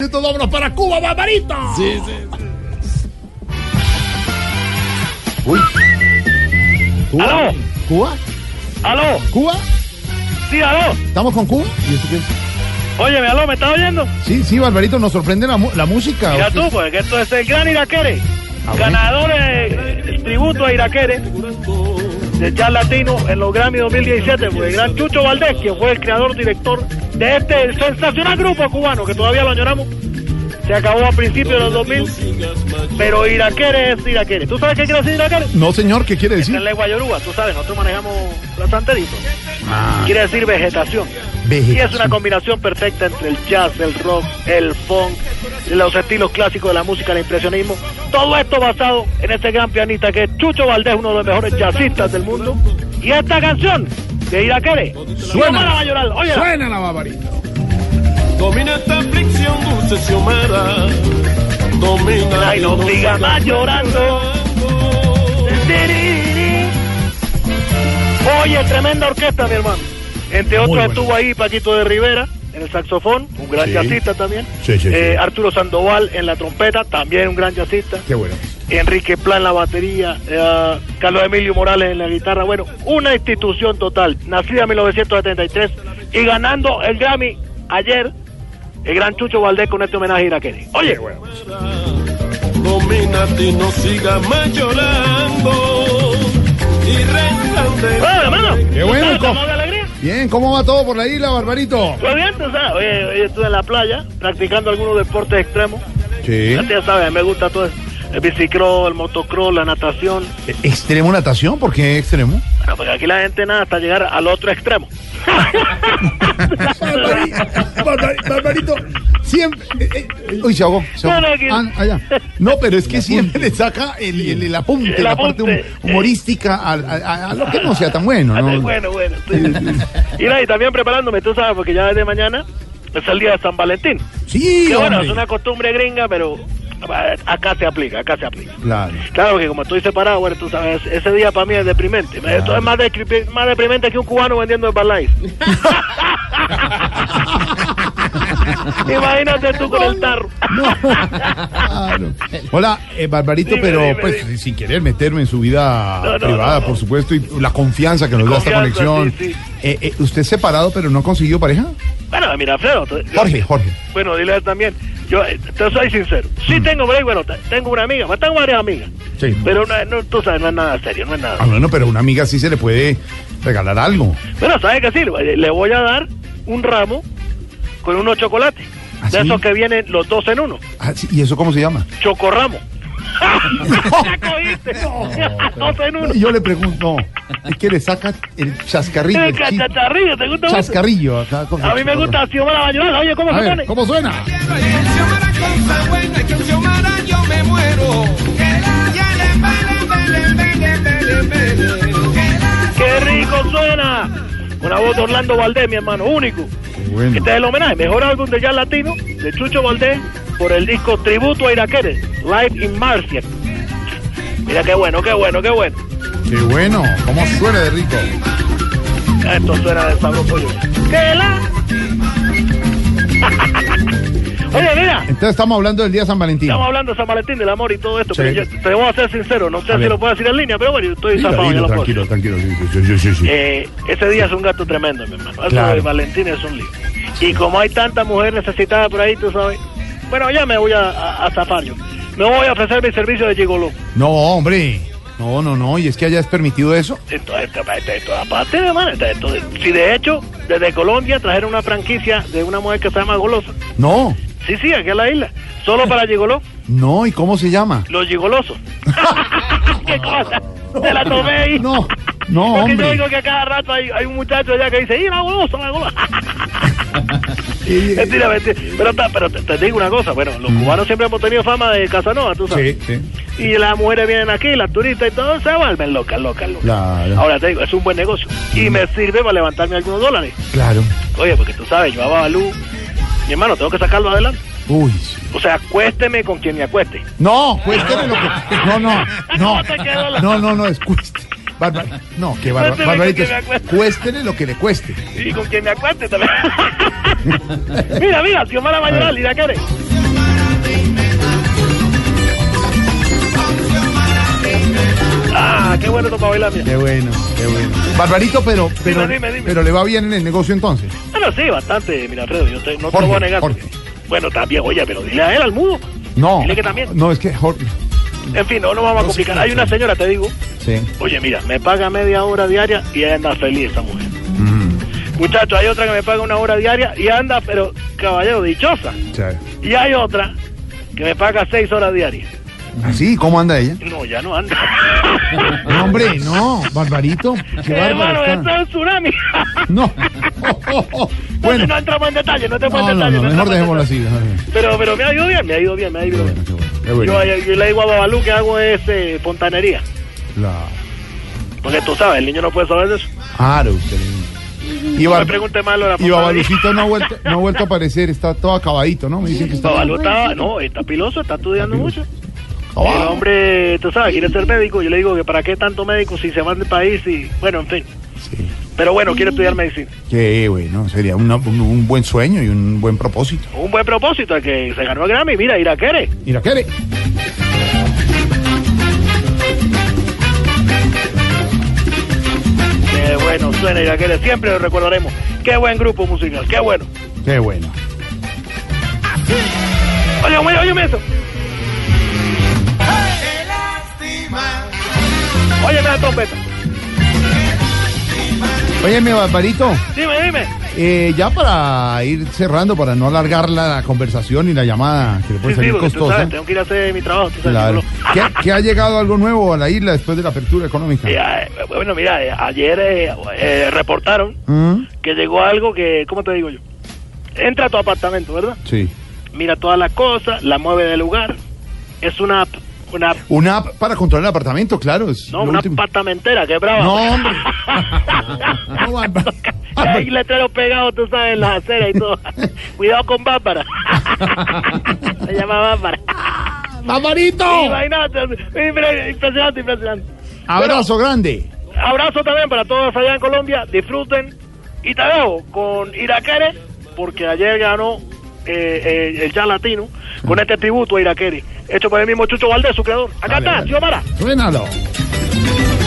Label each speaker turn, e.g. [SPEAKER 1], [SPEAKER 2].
[SPEAKER 1] Esto vámonos para Cuba, barbarita.
[SPEAKER 2] Sí, sí, sí.
[SPEAKER 1] Cuba.
[SPEAKER 3] ¿Aló?
[SPEAKER 1] Cuba.
[SPEAKER 3] ¿Aló?
[SPEAKER 1] Cuba.
[SPEAKER 3] Sí, aló.
[SPEAKER 1] ¿Estamos con Cuba? ¿Y eso qué es?
[SPEAKER 3] Óyeme, aló, ¿me estás oyendo?
[SPEAKER 1] Sí, sí, Barbarito, nos sorprende la, mu- la música.
[SPEAKER 3] Mira
[SPEAKER 1] Usted-
[SPEAKER 3] tú, pues, que esto es el gran Iraquere.
[SPEAKER 1] bueno.
[SPEAKER 3] Ganador de tributo a Iraquere de Char Latino en los Grammy 2017. Pues, el gran Chucho Valdés, quien fue el creador, director de este sensacional grupo cubano, que todavía lo añoramos. Se acabó a principios de los 2000, pero Iraquere es Iraquere. ¿Tú sabes qué quiere decir Iraquere?
[SPEAKER 1] No, señor, ¿qué quiere decir?
[SPEAKER 3] En lengua yoruba, tú sabes, nosotros manejamos la santerito. Quiere decir Ah. vegetación. Y es una combinación perfecta entre el jazz, el rock, el funk, los estilos clásicos de la música, el impresionismo. Todo esto basado en este gran pianista que es Chucho Valdés, uno de los mejores jazzistas del mundo. Y esta canción de Irakere. Suena. Oye,
[SPEAKER 1] Suena la Barbarita.
[SPEAKER 2] Domina esta aflicción, dulce Xiomara. Domina.
[SPEAKER 3] Ay, no sigas más llorando. Oye, tremenda orquesta, mi hermano. Entre otros
[SPEAKER 1] buena.
[SPEAKER 3] estuvo ahí Paquito de Rivera en el saxofón, un gran
[SPEAKER 1] Sí.
[SPEAKER 3] jazzista también.
[SPEAKER 1] Sí, sí,
[SPEAKER 3] Eh,
[SPEAKER 1] sí.
[SPEAKER 3] Arturo Sandoval en la trompeta, también un gran jazzista.
[SPEAKER 1] Qué bueno.
[SPEAKER 3] Enrique Plan en la batería, eh, Carlos Emilio Morales en la guitarra. Bueno, una institución total, nacida en 1973 y ganando el Grammy ayer, el gran Chucho Valdés con este homenaje a Irakere. Oye,
[SPEAKER 2] Domina y no sigas más llorando. Y restante.
[SPEAKER 3] bueno, hermano,
[SPEAKER 1] Qué bueno,
[SPEAKER 3] ¿sabes,
[SPEAKER 1] co-
[SPEAKER 3] amor Ah, de alegría?
[SPEAKER 1] Bien, ¿cómo va todo por la isla, Barbarito?
[SPEAKER 3] Pues bien, tú sabes, oye, oye, estuve en la playa practicando algunos deportes extremos.
[SPEAKER 1] Sí.
[SPEAKER 3] Ya te sabes, me gusta todo eso. El bicicross, el motocross, la natación.
[SPEAKER 1] ¿Extremo natación? ¿Por qué extremo?
[SPEAKER 3] Bueno, porque aquí la gente nada hasta llegar al otro extremo.
[SPEAKER 1] Ah, Barbarito, siempre. eh, eh, uy, se ahogó. se ahogó.
[SPEAKER 3] No, no, que-
[SPEAKER 1] Ah, allá. No, pero es que siempre le saca el, el, el apunte,
[SPEAKER 3] El
[SPEAKER 1] la parte hum-
[SPEAKER 3] apunte.
[SPEAKER 1] humorística a, a- a- a lo que no sea tan bueno, ¿no?
[SPEAKER 3] Bueno, bueno. sí. Y nada, y también preparándome, tú sabes, porque ya desde mañana es el día de San Valentín.
[SPEAKER 1] Sí,
[SPEAKER 3] Que bueno,
[SPEAKER 1] hombre.
[SPEAKER 3] es una costumbre gringa, pero eh, acá se aplica, acá se aplica.
[SPEAKER 1] Claro.
[SPEAKER 3] Claro, porque como estoy separado, bueno, tú sabes, ese día para mí es deprimente. Esto es más, decri- más deprimente que un cubano vendiendo el balay. Imagínate tú con el tarro.
[SPEAKER 1] Claro. Hola, eh, Barbarito,
[SPEAKER 3] Dime,
[SPEAKER 1] pero
[SPEAKER 3] dime,
[SPEAKER 1] pues
[SPEAKER 3] dime.
[SPEAKER 1] sin querer meterme en su vida
[SPEAKER 3] No, no,
[SPEAKER 1] privada,
[SPEAKER 3] no, no.
[SPEAKER 1] por supuesto, y la confianza que nos da esta
[SPEAKER 3] Confianza,
[SPEAKER 1] conexión.
[SPEAKER 3] sí, sí.
[SPEAKER 1] Eh, eh, ¿Usted es separado pero no consiguió pareja?
[SPEAKER 3] Bueno, mira, Alfredo. tú-
[SPEAKER 1] Jorge, Jorge.
[SPEAKER 3] Bueno, dile a él también. Yo eh, te soy sincero. Sí tengo break, bueno, t- tengo una amiga, bueno, tengo varias amigas.
[SPEAKER 1] Mm. Sí.
[SPEAKER 3] Pero no, no, tú sabes, no es nada serio, no es nada.
[SPEAKER 1] Ah, bueno, pero a una amiga sí se le puede regalar algo.
[SPEAKER 3] Bueno, ¿sabes qué? Sí, le le voy a dar un ramo con unos chocolates.
[SPEAKER 1] ¿Ah,
[SPEAKER 3] de
[SPEAKER 1] sí?
[SPEAKER 3] esos que vienen los dos en uno.
[SPEAKER 1] Ah, sí, ¿Y eso cómo se llama?
[SPEAKER 3] Chocorramo. ¡La cogiste! dos en uno.
[SPEAKER 1] Y yo le pregunto, es que le saca el chascarrillo.
[SPEAKER 3] El
[SPEAKER 1] el chis-
[SPEAKER 3] cachacharrillo, ¿te gusta? mucho?
[SPEAKER 1] chascarrillo. acá con-
[SPEAKER 3] A mí me gusta Xiomara Bañuela. Oye, ¿cómo
[SPEAKER 1] A
[SPEAKER 3] se
[SPEAKER 1] ver,
[SPEAKER 3] pone?
[SPEAKER 1] ¿cómo suena?
[SPEAKER 4] Xiomara cosa buena, con Xiomara yo me muero. Que la llene, vele, vele, vele, vele, vele.
[SPEAKER 3] ¡Qué rico suena! Una voz de Orlando Valdés, mi hermano, único.
[SPEAKER 1] Bueno.
[SPEAKER 3] Este es el homenaje, mejor álbum de jazz latino de Chucho Valdés por el disco Tributo a Iraquere, Live in Marcia. Mira qué bueno, qué bueno, qué bueno.
[SPEAKER 1] Qué bueno, cómo suena de rico.
[SPEAKER 3] Esto suena de sabroso yo. ¡Qué la! Oye, mira,
[SPEAKER 1] Entonces estamos hablando del día de San Valentín.
[SPEAKER 3] estamos hablando de San Valentín, del amor y todo esto,
[SPEAKER 1] Sí.
[SPEAKER 3] pero yo te voy a ser sincero, no sé
[SPEAKER 1] A
[SPEAKER 3] si
[SPEAKER 1] ver.
[SPEAKER 3] lo puedo decir en línea, pero bueno, yo estoy
[SPEAKER 1] Dilo,
[SPEAKER 3] zapado, ya
[SPEAKER 1] dilo,
[SPEAKER 3] lo puedo decir.
[SPEAKER 1] tranquilo, tranquilo. sí, sí, sí, sí, sí.
[SPEAKER 3] Eh, ese día es un gato tremendo, mi hermano. Eso
[SPEAKER 1] Claro.
[SPEAKER 3] de Valentín es un lío. Y como hay tanta mujer necesitada por ahí, tú sabes. Bueno, ya me voy a, a, a zafar yo. Me voy a ofrecer mi servicio de gigoló.
[SPEAKER 1] No, hombre. No, no, no. ¿Y es que hayas permitido eso?
[SPEAKER 3] Esto es de todas partes, mi hermano. Esto- esto- si de hecho, desde Colombia trajeron una franquicia de una mujer que se llama Golosa.
[SPEAKER 1] No,
[SPEAKER 3] Sí, sí, aquí en la isla. Solo para gigoló.
[SPEAKER 1] no. ¿Y cómo se llama?
[SPEAKER 3] Los gigolosos. ¿Qué cosa? Te la tomé ahí.
[SPEAKER 1] No, no,
[SPEAKER 3] Porque yo
[SPEAKER 1] hombre.
[SPEAKER 3] digo que a cada rato hay, hay un muchacho allá que dice, ¡y la golosa, la golosa! Mentira, mentira. Pero, ta- pero te, te digo una cosa, bueno, los cubanos siempre hemos tenido fama de Casanova, tú sabes.
[SPEAKER 1] Sí, Mm. sí.
[SPEAKER 3] Y las mujeres vienen aquí, las turistas y todo, se vuelven locas, locas, locas.
[SPEAKER 1] Claro. Mm.
[SPEAKER 3] Ahora te digo, es un buen negocio. Y me sirve para levantarme algunos dólares.
[SPEAKER 1] Claro.
[SPEAKER 3] Oye, porque tú sabes, yo a Babalú, mi hermano, tengo que sacarlo adelante.
[SPEAKER 1] Uy. sí.
[SPEAKER 3] O sea, acuésteme con quien me acueste.
[SPEAKER 1] No, cuésteme lo que. No, no. No,
[SPEAKER 3] ¿Cómo te quedó la-
[SPEAKER 1] no, no, no es cueste. Barbar- No, qué barba-
[SPEAKER 3] Cuéstele
[SPEAKER 1] barbarito.
[SPEAKER 3] que me acuerdo.
[SPEAKER 1] Cuéstele lo que le cueste.
[SPEAKER 3] Y con quien me acueste también. mira, mira, Xiomara va a llorar, Lira Care. Ah, qué bueno esto para bailar, mira.
[SPEAKER 1] Qué bueno, qué bueno. Barbarito, pero, pero,
[SPEAKER 3] dime, dime.
[SPEAKER 1] pero le va bien en el negocio entonces.
[SPEAKER 3] Bueno, sí, bastante, mira, Alfredo, yo te- no te
[SPEAKER 1] Jorge,
[SPEAKER 3] lo voy a negar.
[SPEAKER 1] Jorge.
[SPEAKER 3] Bueno, también, oye, pero dile a él, al mudo.
[SPEAKER 1] No.
[SPEAKER 3] Dile que también.
[SPEAKER 1] No, es que Jorge.
[SPEAKER 3] En fin, no nos vamos a complicar. Hay una señora, te digo,
[SPEAKER 1] Sí.
[SPEAKER 3] Oye, mira, me paga media hora diaria y anda feliz esa mujer. Muchachos, hay otra que me paga una hora diaria y anda, pero caballero, dichosa.
[SPEAKER 1] Chao.
[SPEAKER 3] Y hay otra que me paga seis horas diarias.
[SPEAKER 1] ¿Así? ¿Cómo anda ella?
[SPEAKER 3] No, ya no anda.
[SPEAKER 1] No, hombre, no, Barbarito. Qué bárbaro.
[SPEAKER 3] Hermano, esto
[SPEAKER 1] está.
[SPEAKER 3] es un tsunami.
[SPEAKER 1] No.
[SPEAKER 3] Bueno.
[SPEAKER 1] Bueno.
[SPEAKER 3] No entramos en detalle, no te pongo
[SPEAKER 1] No,
[SPEAKER 3] en
[SPEAKER 1] no,
[SPEAKER 3] detalle.
[SPEAKER 1] no, mejor
[SPEAKER 3] entramos en
[SPEAKER 1] dejémoslo así.
[SPEAKER 3] detalle.
[SPEAKER 1] mejor dejémoslo.
[SPEAKER 3] Pero, pero me ha ido bien, me ha ido bien, me ha
[SPEAKER 1] Qué
[SPEAKER 3] ido
[SPEAKER 1] bueno,
[SPEAKER 3] bien.
[SPEAKER 1] qué bueno, qué
[SPEAKER 3] Yo, eh,
[SPEAKER 1] bueno.
[SPEAKER 3] yo le digo a Babalú que hago ese fontanería.
[SPEAKER 1] La-
[SPEAKER 3] Porque tú sabes, el niño no puede saber de eso.
[SPEAKER 1] Claro, usted le- Y,
[SPEAKER 3] No me
[SPEAKER 1] Bar-
[SPEAKER 3] pregunte más lo de la
[SPEAKER 1] y
[SPEAKER 3] fontanería.
[SPEAKER 1] Babalucito no ha vuelto, no ha vuelto a aparecer, está todo acabadito, ¿no? Me dicen que está.
[SPEAKER 3] Babalú está, no, está piloso, está estudiando
[SPEAKER 1] piloso.
[SPEAKER 3] mucho. El
[SPEAKER 1] acabado.
[SPEAKER 3] hombre, tú sabes, quiere ser médico. Yo le digo que para qué tanto médico si se va del país y, bueno, en fin.
[SPEAKER 1] Sí.
[SPEAKER 3] Pero bueno, quiere estudiar medicina.
[SPEAKER 1] Qué bueno, sería una- un, un buen sueño y un buen propósito.
[SPEAKER 3] Un buen propósito, el que se ganó el Grammy. Mira, Iraquere.
[SPEAKER 1] Mira, ¿qué
[SPEAKER 3] Qué bueno suena Iraquere. Siempre lo recordaremos. Qué buen grupo musical, qué bueno.
[SPEAKER 1] Qué bueno.
[SPEAKER 3] Oye, oye, óyeme eso. Óyeme la trompeta.
[SPEAKER 1] Óyeme, Barbarito,
[SPEAKER 3] Dime, dime.
[SPEAKER 1] eh, ya para ir cerrando, para no alargar la conversación y la llamada, que le puede
[SPEAKER 3] Sí, sí,
[SPEAKER 1] salir
[SPEAKER 3] porque tú
[SPEAKER 1] costosa.
[SPEAKER 3] sabes, tengo que ir a hacer mi trabajo. Tú sabes,
[SPEAKER 1] ¿eh? Claro.
[SPEAKER 3] yo
[SPEAKER 1] ¿Qué, qué ha llegado algo nuevo a la isla después de la apertura económica?
[SPEAKER 3] lo- Eh, eh, bueno, mira, eh, ayer eh, eh, reportaron
[SPEAKER 1] ¿Mm?
[SPEAKER 3] que llegó algo que, ¿cómo te digo yo? Entra a tu apartamento, ¿verdad?
[SPEAKER 1] Sí.
[SPEAKER 3] Mira todas las cosas, la mueve del lugar. Es una app, una app,
[SPEAKER 1] Una app para controlar el apartamento, claro. Es
[SPEAKER 3] no,
[SPEAKER 1] lo
[SPEAKER 3] una
[SPEAKER 1] último.
[SPEAKER 3] apartamentera, qué brava.
[SPEAKER 1] No, hombre. No, Bárbara.
[SPEAKER 3] Hay letreros pegados, tú sabes, en las aceras y todo. Cuidado con Bárbara. Se llama Bárbara.
[SPEAKER 1] ¡Barbarito!
[SPEAKER 3] Imagínate, impre- impresionante, impresionante.
[SPEAKER 1] Abrazo grande.
[SPEAKER 3] Abrazo también para todos allá en Colombia. Disfruten. Y te dejo con Irakere, porque ayer ganó eh, eh, el ya latino con este tributo a Irakere, hecho por el mismo Chucho Valdés, su creador. Acá
[SPEAKER 1] Dale,
[SPEAKER 3] está,
[SPEAKER 1] dale.
[SPEAKER 3] Xiomara.
[SPEAKER 1] Suénalo.